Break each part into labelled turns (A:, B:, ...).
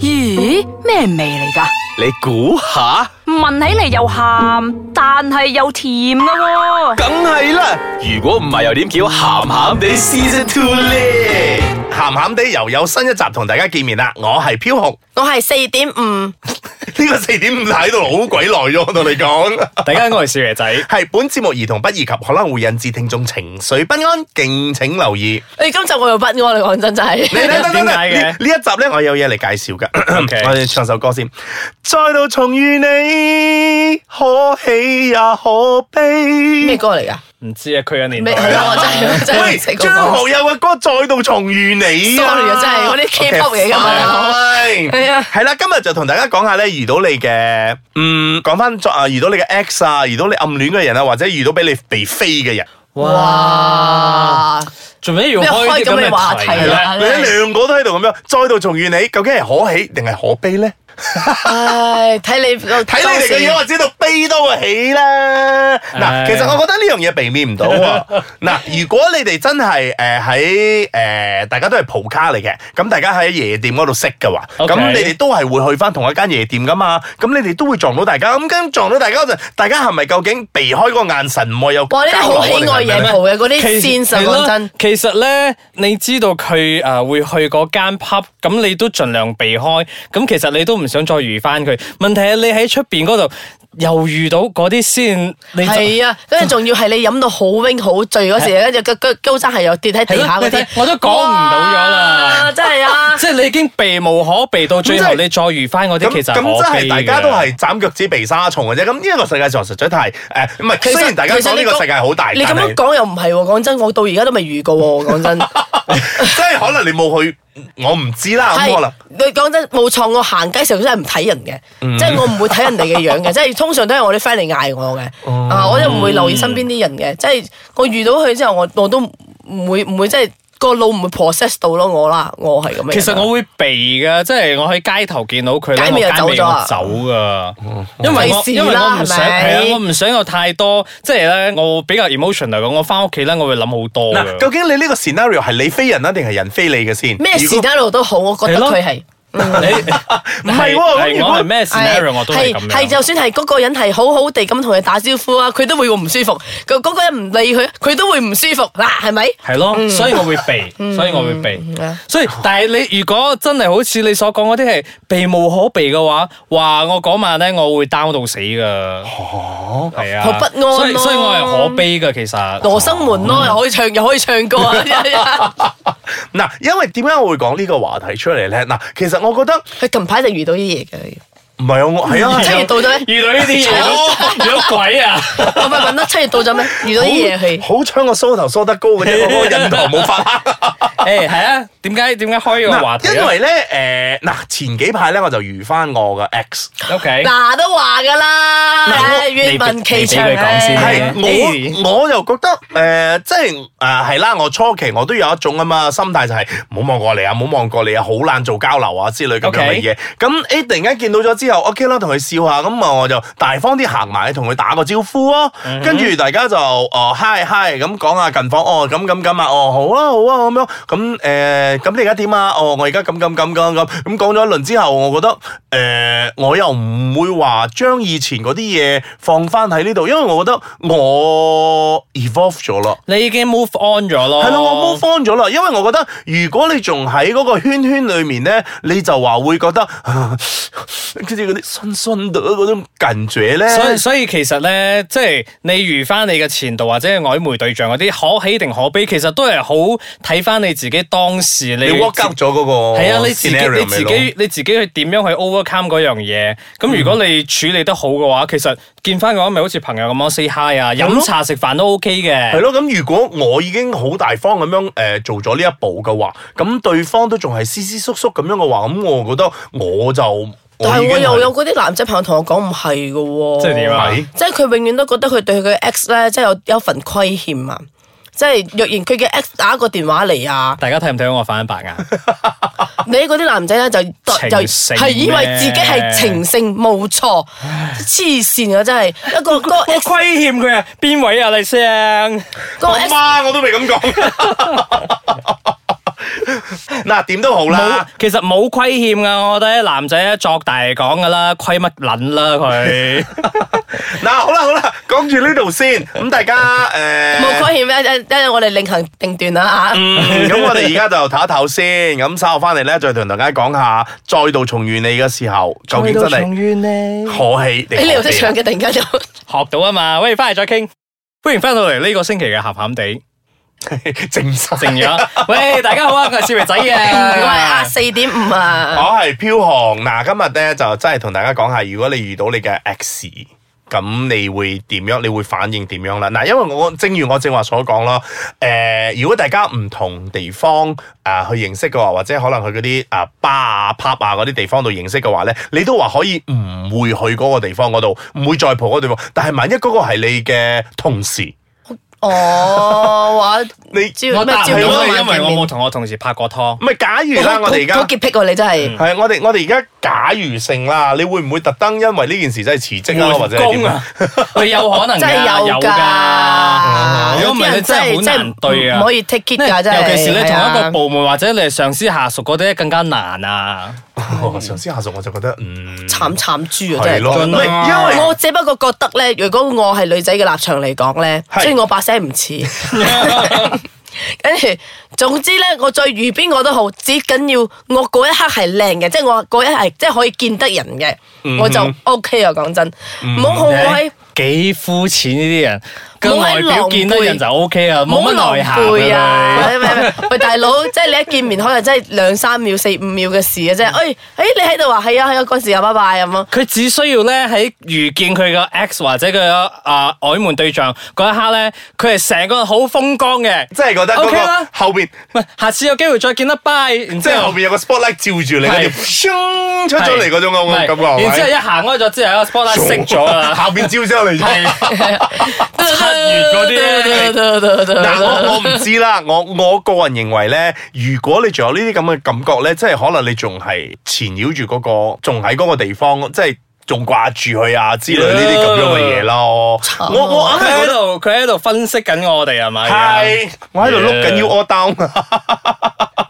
A: 咦，咩味嚟噶？
B: 你估下，
A: 聞起嚟又鹹，但係又甜噶喎、
B: 梗係啦。如果唔係，又點叫鹹鹹地 Season Two 咧？
C: 咸咸地又有新一集同大家見面啦，我係飄紅，
D: 我係四點五。
C: 呢、個四點五睇到好鬼耐咗，我同你講。
E: 大家我係少爺仔，
C: 係本節目兒童不宜及可能會引致聽眾情緒不安，敬請留 意。
D: 你今集我又不安啦，講真真
C: 你
D: 係。
C: 等等等等
E: 點解嘅
C: 呢呢一集咧，我有嘢嚟介紹噶。
E: OK
C: 我哋唱首歌先。再度重遇你，可喜也可
D: 咩
C: 悲。
D: 歌嚟噶？
E: 唔知啊，佢嘅年代
D: 咩係咯？我真係我真係
C: 喂，
D: 唔識講
C: 張學友嘅歌《再度重遇你》啊
D: Sorry 啊真係我啲 K-pop 嚟㗎嘛
C: OK，fine
D: 係啊
C: 係啦，今日就同大家講下咧，遇到你嘅，嗯，講翻作啊，遇到你嘅 ex 啊，遇到你暗戀嘅人啊，或者遇到俾你被飛嘅人，
E: 哇！
D: 哇！
E: 做咩要開啲咁嘅話題
D: 咩開咁嘅話題
E: 咧
D: 啊？
C: 你兩個都喺度咁樣，再度重遇你，究竟係可喜定係可悲咧？
D: 唉，睇你
C: 睇你哋嘅樣，我知道悲多過喜啦。嗱，
E: 唉
C: 其實我覺得呢樣嘢避免唔 到喎。嗱，如果你哋真係誒喺誒大家都係蒲卡嚟嘅，咁大家喺夜店嗰度識嘅話，
E: OK
C: 咁你哋都係會去翻同一間夜店噶嘛。咁你哋都會撞到大家，咁跟撞到大家嗰陣，大家係咪究竟避開嗰個眼神唔會有
D: 哇！呢啲
C: 交流
D: 好
C: 啊
D: 喜愛
C: 定係咩
D: 夜蒲嘅嗰啲
E: 其
D: sense，講
E: 係咯
D: 真，
E: 其實咧，你知道佢誒會去嗰間 pub，咁你都盡量避開。咁其實你都唔想再遇翻佢。問題係你喺出邊嗰度又遇到嗰啲先，你就
D: 係啊，跟住仲要係你飲到好 wing 好醉嗰時，跟住個個高踭係又跌喺地 下嗰
E: 係咯你
D: 啲
E: 睇，我都講唔到咗啦
D: 哇！真係啊！
E: 即係你已經避無可避，到最後
C: 咁即係
E: 你再遇翻嗰啲，
C: 咁
E: 其實
C: 咁真係
E: 係
C: 大家都係斬腳趾避沙蟲嘅啫。咁呢個世界上實在太誒，唔係
D: 其實
C: 雖然大家
D: 其實
C: 講呢
D: 你
C: 個世界好大，
D: 你咁
C: 但係
D: 樣講又唔係喎，講真，我到而家都未遇過喎，講真。
C: 即係可能你冇去，我唔知啦。咁可能
D: 係，你講真冇錯，我行街時候真係唔睇人
E: 嗯
D: 嘅，即係我唔會睇人哋嘅樣嘅，即 係通常都係我啲 friend 嚟嗌我
E: 哦
D: 嘅，啊，我又唔會留意身邊啲人嘅，即係我遇到佢之後，我我都唔會唔會即係個腦唔會 process 到咯，我啦，我係咁樣。
E: 其實我會避噶，即係我喺街頭見到佢咧，
D: 街
E: 我
D: 尾就
E: 街
D: 走
E: 尾
D: 咗
E: 我
D: 啊
E: 走噶，因為我
D: 費事
E: 因為我
D: 啦
E: 唔想
D: 係咪
E: 係啊，我唔想有太多，即係咧我比較 emotion 嚟講，我翻屋企咧我會諗好多
C: 嗱，
E: 噶
C: 究。竟你呢個 scenario 係你飛人啊，定係人飛你嘅先？
D: 咩
C: 如
D: 事
C: 果
D: 一路都好，我覺得
E: 係咯
D: 佢係。
E: 嗯你
C: 唔係喎咁如
E: 係
C: 果
E: 我係咩 scenario 我都係咁
D: 係就
E: 樣。
D: 算係嗰個人係好好地咁同佢打招呼啊，佢都會唔舒服。嗰嗰個人唔理佢，佢都會唔舒服。嗱，係咪？
E: 係咯，所以我會避，所以我會避
D: 嗯，
E: 所以但係你如果真係好似你所講嗰啲係避無可避嘅話，哇！我嗰晚咧我會 down 到死噶，
C: 哦
E: 係啊，
D: 好不安咯
E: 所以所以我係可悲噶，其實。
D: 羅 生門咯，
E: 嗯
D: 又可以唱，又可以唱歌啊！
C: 嗱，因為點解我會講呢個話題出嚟咧？嗱，其實我覺得
D: 佢近排就遇到啲嘢嘅，
C: 唔係啊，我係啊，
D: 嗯七月到咗 咩？
E: 遇到呢啲嘢都遇到鬼啊！
D: 我咪問得七月到咗咩？遇到啲嘢佢
C: 好彩我梳頭梳得高嘅啫，我嗰個印堂冇發黑。
E: 誒係啊，點解點解開呢個話題
C: 嗱，
E: 啊
C: 因為咧，誒，嗱，前幾排咧我就遇翻我嘅 ex，
E: OK
D: 嗱都話㗎啦，唉願聞其詳。
E: 你俾佢講先
D: 唉
C: 係
E: 哎
C: 我我又覺得誒，即係誒係啦，我初期我都有一種咁嘅心態，就係唔好望過嚟啊，唔好望過嚟啊，好難做交流啊之類咁樣嘅
E: OK
C: 嘢。咁誒突然間見到咗之後，OK 啦，同佢笑下，咁啊我就大方啲行埋，同佢打個招呼咯。跟住大家就哦 hi hi 咁講下近況，哦咁咁咁啊，哦好啊好啊咁樣，咁誒咁你而家點啊？哦我而家咁咁咁咁咁，咁講咗一輪之後，我覺得誒我又唔會話將以前嗰啲嘢放翻喺呢度，因為我覺得我 evolve 咗咯。
E: 你已經 move on 咗咯，
C: 係咯，我 move on 咗啦，因為我覺得如果你仲喺嗰個圈圈裏面咧，你就話會覺得， 跟住嗰啲酸酸的嗰種感覺咧，
E: 所以所以其實咧，即係你遇翻你嘅前度或者係曖昧對象嗰啲，可喜定可悲，其實都係好睇翻你自己當時你
C: 你 work out 咗嗰個
E: 係啊，你自己
C: scenario
E: 你自
C: 咪咯
E: 己你自己去點樣去 overcome 嗰樣嘢？咁如果你處理得好嘅話，其實見翻嘅話，咪好似朋友咁樣 say hi 啊，
C: 咯
E: 飲茶食飯都 OK 嘅。
C: 係咯，咁如果我已經好大方咁樣誒、呃做咗呢一步嘅話，咁對方都仲係斯斯縮縮咁樣嘅話，咁我覺得我就
D: 但
C: 已
D: 係
C: 經
D: 我又
C: 係
D: 有嗰啲男仔朋友同我講唔係嘅喎，
E: 即係點啊
C: 係
D: 即係佢永遠都覺得佢對佢嘅 ex 咧，即係有有一份虧欠啊！即係若然佢嘅 ex 打個電話嚟 啊，
E: 大家睇唔睇到我反白 眼？
D: 你嗰啲男仔咧就
E: 情
D: 就
E: 聖
D: 係以為
E: 咩
D: 自己係情聖冇錯，黐線啊！真係一個嗰個 ex
E: 虧欠佢啊！邊位啊，麗聲？
D: 嗰個 ex
C: 媽我都未咁講。嗱，點都好
E: 冇
C: 啦，，
E: 其實冇虧欠噶，我覺得男仔咧作大嚟講噶啦，虧乜撚啦佢。
C: 嗱，好啦好啦，講住呢度先，咁大家诶。
D: 冇虧欠，一一一陣我哋另行定啊斷啦嚇。
C: 嗯咁我哋而家就唞一唞先，咁稍後翻嚟咧，再同大家講下再度重遇你嘅時候，究竟真係
E: 冤呢？
C: 可喜定
D: 你
C: 可
D: 又識
C: 悲
D: 唱
C: 啊
D: 嘅，突然間就
E: 學到啊嘛，喂，翻嚟再傾。歡迎翻到嚟呢個星期嘅鹹鹹地，
C: 正晒。
E: 靜 咗。喂，大家好啊，我係少爺仔
D: 我係
E: 啊
D: 啊。四點五啊。
C: 我係飄航嗱，今日咧就真係同大家講下，如果你遇到你嘅 X，咁你會點樣？你會反應點樣啦？嗱，因為我正如我正話所講咯，誒、如果大家唔同地方啊、去認識嘅話，或者可能去嗰啲啊巴啊 pub 啊嗰啲地方度認識嘅話咧，你都話可以唔會去嗰個地方嗰度，唔會再蒲嗰個地方。但係萬一嗰個係你嘅同事，
D: 哦，話
C: 你
D: 知
E: 我
D: 咩
E: 答唔
D: 朝
E: 到
D: 早晚
E: 你，
D: 見
E: 因為
D: 面
E: 我冇同我同事拍過拖。
C: 唔係假如啦，我哋而家
D: 好潔癖喎，你真
E: 嗯
D: 係。
C: 係我哋我哋而家假如性啦，你會唔會特登因為呢件事真係辭職啊，或者係
E: 工
C: 點啊
E: 啊？，你有可能㗎
D: 真係有
E: 啊有
D: 㗎
E: 㗎，如果唔係你真係好難對啊。
D: 唔可以 take it 㗎，真係。
E: 哦尤其是你同一
D: 係啊
E: 個部門或者你係上司下屬嗰啲更加難啊。
C: 哦上司下屬我就覺得 嗯
D: 慘慘豬
C: 係
D: 啊，真係。
C: 咯，唔
E: 真啊
C: 係因為
D: 我只不過覺得咧，如果我係女仔嘅立場嚟講咧，
C: 係
D: 雖然我把聲唔似，跟住總之咧，我再遇邊個都好，只緊要我嗰一刻係靚嘅，即係我嗰一刻係即係可以見得人嘅，
E: 嗯
D: 我就 OK 啊！講真，唔好好我喺。
E: 幾膚淺呢啲人，個
D: 冇喺
E: 外表
D: 狼狽
E: 見得人就 O K 啊，冇乜內涵
D: 冇狼狽啊！
E: 啊
D: 喂喂喂喂，大佬，即係你一見面可能真係兩三秒、四五秒嘅事嘅啫。哎哎，你喺度啊？係啊係啊，嗰時啊，拜拜咁咯。
E: 佢。佢只需要咧喺遇見佢個 ex 或者佢個啊曖昧對象嗰一刻咧，佢係成個人好風光嘅。
C: 真係覺得嗰
E: OK 啦
C: 個後邊
E: 喂，下次有機會再見啦，拜。然
C: 即
E: 之
C: 係後
E: 後
C: 邊有個 spotlight 照住你，跟住
E: 係
C: 咻出咗嚟嗰種咁嘅感覺係咪，
E: 然之後一行開咗之後，個 spotlight 熄 咗啦。
C: 下邊照咗嚟咗。
E: 係七月嗰 啲。
C: 嗱，我我唔知啦，我我個人認為咧，如果你仲有呢啲咁嘅感覺咧，即係可能你仲係纏繞住嗰個，仲喺嗰個地方，即係仲掛住佢啊之類呢啲咁樣嘅嘢咯。我我硬係
E: 佢喺
C: 覺得
E: 度，佢喺度分析緊我哋係咪？啊
C: 係，我喺度碌緊
E: Yeah
C: 要 all down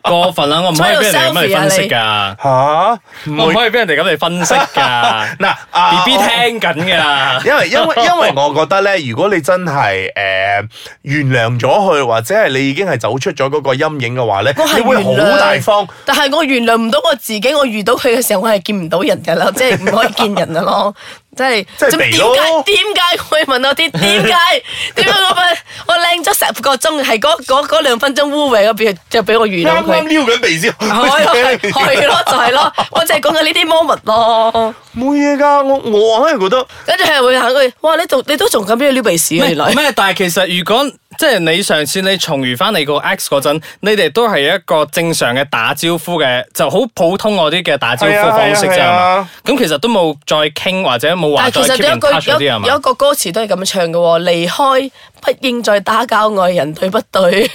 C: 啊
E: 過分啦，我唔可以俾人哋咁嚟分析㗎，
C: 啊嚇，唔
E: 我唔
C: 會
E: 可以俾人哋咁嚟分析㗎。
C: 嗱啊
E: B B
C: 我
E: 聽緊㗎，
C: 因為因為 因為我覺得咧，如果你真係誒、呃原諒咗佢，或者係你已經係走出咗嗰個陰影嘅話咧，
D: 我係
C: 你會好
D: 原諒
C: 大方。
D: 但係我原諒唔到我自己，我遇到佢嘅時候，我係見唔到人㗎啦，即 係唔可以見人㗎咯。即係
C: 即係
D: 咁
C: 肥
D: 點
C: 咯
D: 解點解會問我 啲點解點解我咪我靚咗成個鐘，係嗰嗰嗰兩分鐘污衊嗰邊就俾我遇到
C: 啱
D: 佢
C: 啱。撩緊鼻 先，
D: 係咯，係咯，就係咯，我就係講緊呢啲 moment 咯。
C: 冇嘢㗎，我我硬係覺得
D: 跟住係會行過去，哇！你仲你都仲咁俾佢撩鼻屎啊！原來
E: 咩？但係其實如果即係你上次你重遇翻你個 ex 嗰陣，你哋都係一個正常嘅打招呼嘅，就好普通嗰啲嘅打招呼
C: 係啊
E: 方式啫
C: 係
E: 嘛
C: 啊。
E: 咁其實都冇再傾或者冇話
D: 但
E: 再
D: 係其實
E: keep
D: 有
E: in
D: 一個
E: touch 嗰啲係
D: 有
E: 嘛
D: 有一？個歌詞都係咁唱嘅喎，離開不應再打攪愛人，對不對？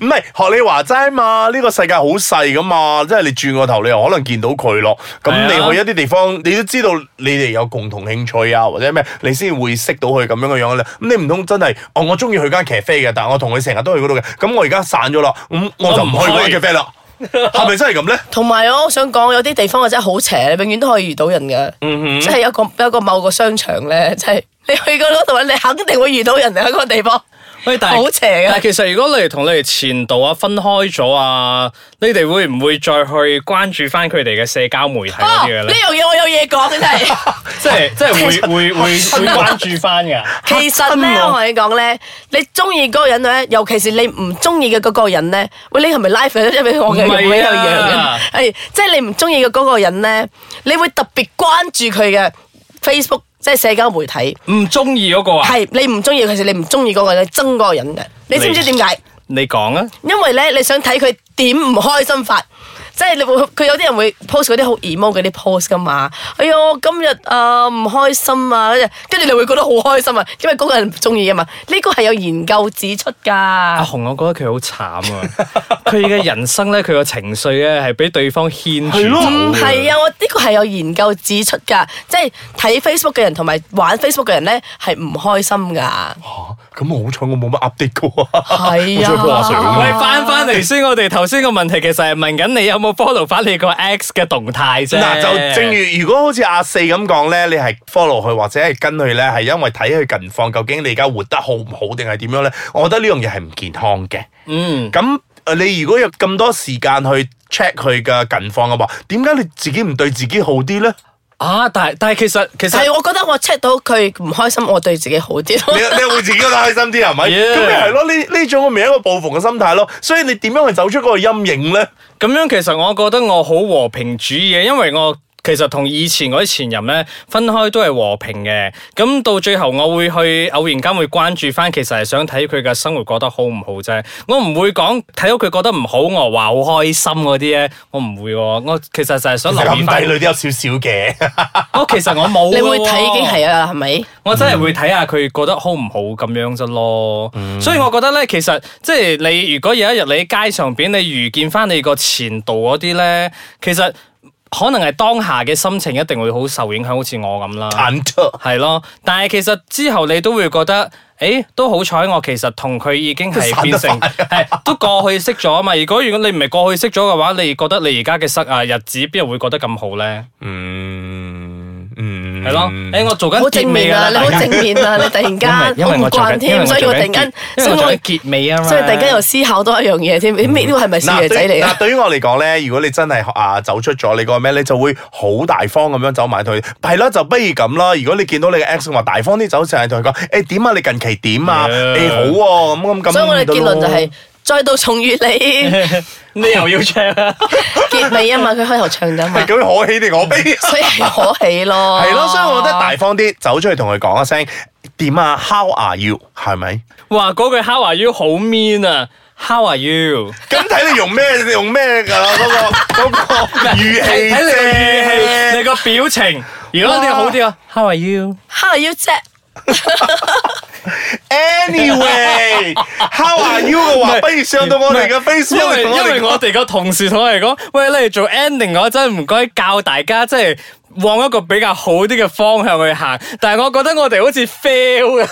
C: 唔係學你話齋嘛，呢、個世界好細㗎嘛，即係你轉個頭你又可能見到佢咯。咁
E: 係啊
C: 你去一啲地方，你都知道你哋有共同興趣啊，或者咩，你先會識到佢咁樣嘅樣咧。咁你唔通真係哦？我中意去間咖啡嘅，但係我同佢成日都去嗰度嘅。咁我而家散咗啦，咁我就唔去嗰間咖啡 啦。係咪真係咁 咧？
D: 同埋我想講，有啲地方我真係好邪，你永遠都可以遇到人嘅。即係有一個有一個某個商場咧，即係 你去過嗰度咧，你肯定會遇到人啊喺嗰個地方。
E: 喂，但係
D: 好邪㗎啊
E: 但係其實如果你哋同你哋前度啊分開咗啊，你哋會唔會再去關注翻佢哋嘅社交媒體嗰
D: 哦，
E: 啲嘅
D: 呢
E: 咧？
D: 樣嘢我有嘢講真係。
E: 即係即係會會會會關注翻㗎。
D: 其實咧，我同你講咧，你中意嗰個人咧，尤其是你唔中意嘅嗰個人咧，喂，你係咪 live 咗一俾我嘅
E: 唔係啊
D: 用呢樣嘢嘅？係，即係你唔中意嘅嗰個人咧，你會特別關注佢嘅 Facebook，即係社交媒體。
E: 唔中意嗰個啊？
D: 係你唔中意，其實你唔中意嗰個人，你憎嗰個人嘅。你知唔知點解？
E: 你講啊？
D: 因為咧，你想睇佢點唔開心法。即係你會佢有啲人會 post 嗰啲好 emo 嗰啲 post 噶嘛，哎呀我今日啊唔開心啊，跟住你會覺得好開心啊，因為嗰個人唔中意啊嘛，呢個係有研究指出
E: 阿
D: 㗎。
E: 紅，我覺得佢好 慘啊！佢嘅人生咧，佢個情緒咧係俾對方牽住
C: 係
E: 走
C: 咯
D: 唔
E: 嘅。
D: 係啊，我呢個係有研究指出㗎，即係睇 Facebook 嘅人同埋玩 Facebook 嘅人咧係唔開心㗎。
C: 咁好彩我冇乜 update 啊嘅喎。
D: 係
C: 好彩佢話誰好
D: 啊，
E: 喂，翻翻嚟先，我哋頭先個問題其實係問緊你有冇 follow 翻你個 X 嘅動態啫。
C: 嗱，就正如如果好似阿四咁講咧，你係 follow 佢或者係跟佢咧，係因為睇佢近況，究竟你而家活得好唔好，定係點樣咧？我覺得呢樣嘢係唔健康嘅。
E: 嗯，
C: 咁呃你如果有咁多時間去 check 佢嘅近況嘅話，點解你自己唔對自己好啲 咧？
E: 啊，但係但係其實其實
D: 係我覺得我 check 到佢唔開心，我對自己好啲咯
C: 你。你會自己覺得開心啲啊係咪？
E: Yeah
C: 咁咪係咯，呢呢種我咪一個報復嘅心態咯。所以你點樣去走出嗰個陰影咧？
E: 咁樣其實我覺得我好和平主義嘅，因為我其實同以前嗰啲前任咧分開都係和平嘅。咁到最後我會去偶然間會關注翻，其實係想睇佢嘅生活過得好唔好啫。我唔會講睇到佢覺得唔好，我話好開心嗰啲咧，我唔會喎。我其實就係想留意
C: 咁
E: 翻
C: 低。女都有少少嘅，
E: 我其實我冇。
D: 你會睇已經係啊，係咪？
E: 我真係會睇下佢覺得好唔好咁樣啫咯。所以我覺得咧，其實即係你如果有一日你喺街上邊你遇見翻你個前度嗰啲咧，其實可能係當下嘅心情一定會好受影響，好似我咁啦。
C: 忐忑。
E: 係咯，但係其實之後你都會覺得，誒都好彩，我其實同佢已經係變成係都過去識咗啊嘛。如果如果你唔係過去識咗嘅話，你覺得你而家嘅生啊日子邊度會覺得咁好咧？
C: 嗯嗯，
E: 係咯，誒我做緊
D: 好正
E: 結尾
D: 面
E: 㗎
D: 啊！
E: 啦，
D: 你
E: 大
D: 好
E: 家
D: 正面啊！你突然
E: 因
D: 間
E: 為
D: 我
E: 因為
D: 唔
E: 我做緊
D: 慣
E: 因為
D: 添，
E: 我
D: 所以我
E: 做
D: 突
E: 緊
D: 然間，
E: 結
D: 所以
E: 因
D: 我
E: 為我做緊結尾啊嘛，
D: 所以突然間 又思考多一樣嘢添。咦呢個係咪少
C: 嗱，
D: 爺仔
C: 對
D: 嚟
C: 嗱，
D: 啊？
C: 對於我嚟講咧，如果你真係啊走出咗你個咩咧，你就會好大方咁樣走埋同佢，係啦，就不如咁啦。如果你見到你嘅 ex 話大方啲走，就係同佢講，誒點啊，你近期點啊？
E: Yeah
C: 你好喎，咁咁咁。
D: 所以我哋結論就係再度重遇你
E: 你又要 check 啊？
D: 結尾啊嘛，佢開頭唱咗嘛
C: 係，咁可喜定可 悲啊？
D: 所以係可喜咯。
C: 係咯，所以我覺得大方啲，走出去同佢講一聲點啊，How are you？係咪？
E: 哇，嗰句 How are you 好 mean 啊！How are you？
C: 咁睇你用咩用咩㗎啦？嗰個嗰個 語氣
E: 睇你嘅語氣，
C: 啫
E: 你。個表情。如果你好啲啊，How à? are you？
D: How are you 啫？
C: Anyway，How are you 嘅話，不如上到我哋嘅 Facebook，
E: 因為
C: 同
E: 因
C: 哋
E: 為我哋個同事同我哋講，喂，你哋做 ending 嗰陣唔該教大家即係。往一個比較好啲嘅方向去行，但係我覺得我哋好似 fail 嘅，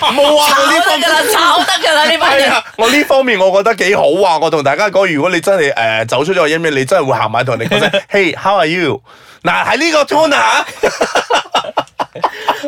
C: 冇啊！
D: 炒
C: 我呢
D: 得
C: 方
D: 㗎啦，炒得㗎啦呢班
C: 係
D: 人。
C: 啊，我呢方面我覺得幾好啊！我同大家講，如果你真係誒走出咗個陰影，你真係會行埋同人哋講 聲，Hey，how are you？嗱喺呢個 tone 啊，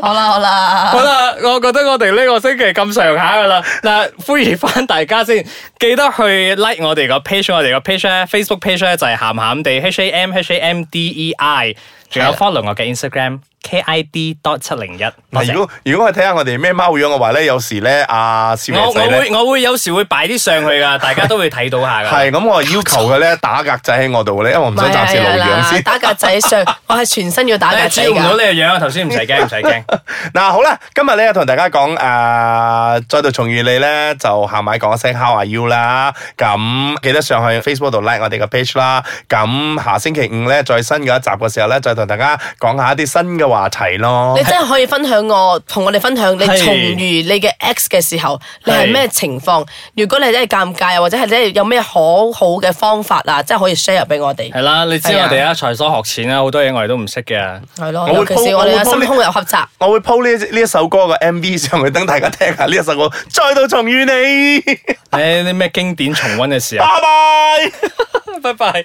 D: 好啦好啦
E: 好。啦，我覺得我哋呢個星期咁上下噶啦。嗱，呼籲翻大家先，記得去 like 我哋個 page，我哋個 page 咧，Facebook page 咧就係鹹鹹地 H A M H A M D E I，仲有
D: 係啦
E: follow 我嘅 Instagram K I D dot 七零一。多
C: 嗱，
E: 謝
C: 如果如果我睇下我哋咩貓樣嘅話咧，有時咧阿小
E: 我
C: 明
E: 我
C: 仔
E: 會
C: 咧。
E: 我會有時會擺啲上去 噶，大家都會睇到下噶。
C: 係咁，我要求佢咧打格仔喺我度咧，因為我唔想暫時露樣先。
D: 打格仔上，我係全身要打格
E: 誒，
D: 仔
E: 照唔到
D: 㗎
E: 你。嘅樣啊，頭先唔使驚，唔使驚。
C: 嗱，好啦，今日咧同大家講誒、呃再度重遇你咧，就下晚講一聲 How are you 啦。咁記得上去 Facebook 度 like 我哋嘅 page 啦。咁下星期五咧，再新嘅一集嘅時候咧，再同大家講下一啲新嘅話題咯
D: 你。真係可以分享我，同我哋分享你
E: 係
D: 重遇你嘅 ex 嘅時候，你係
E: 係
D: 咩情況？如果你真係尷尬啊，或者係你係有咩可好嘅方法啊，即係可以 share 俾我哋。
E: 係啦，你知我哋啊，財疏學淺啦，好多嘢我哋都唔識 嘅。
D: 係咯，
C: 我會
D: 尤其是
C: po-
D: 我哋
C: 我會
D: 嘅
C: po
D: 心
C: 呢
D: 胸又狹窄。
C: 我會 po 呢呢一首歌嘅 MV 上去，等大家聽下呢一首歌。再度重遇你，
E: 誒，啲咩經典重溫嘅時候，啊
C: 拜拜。
E: 拜拜。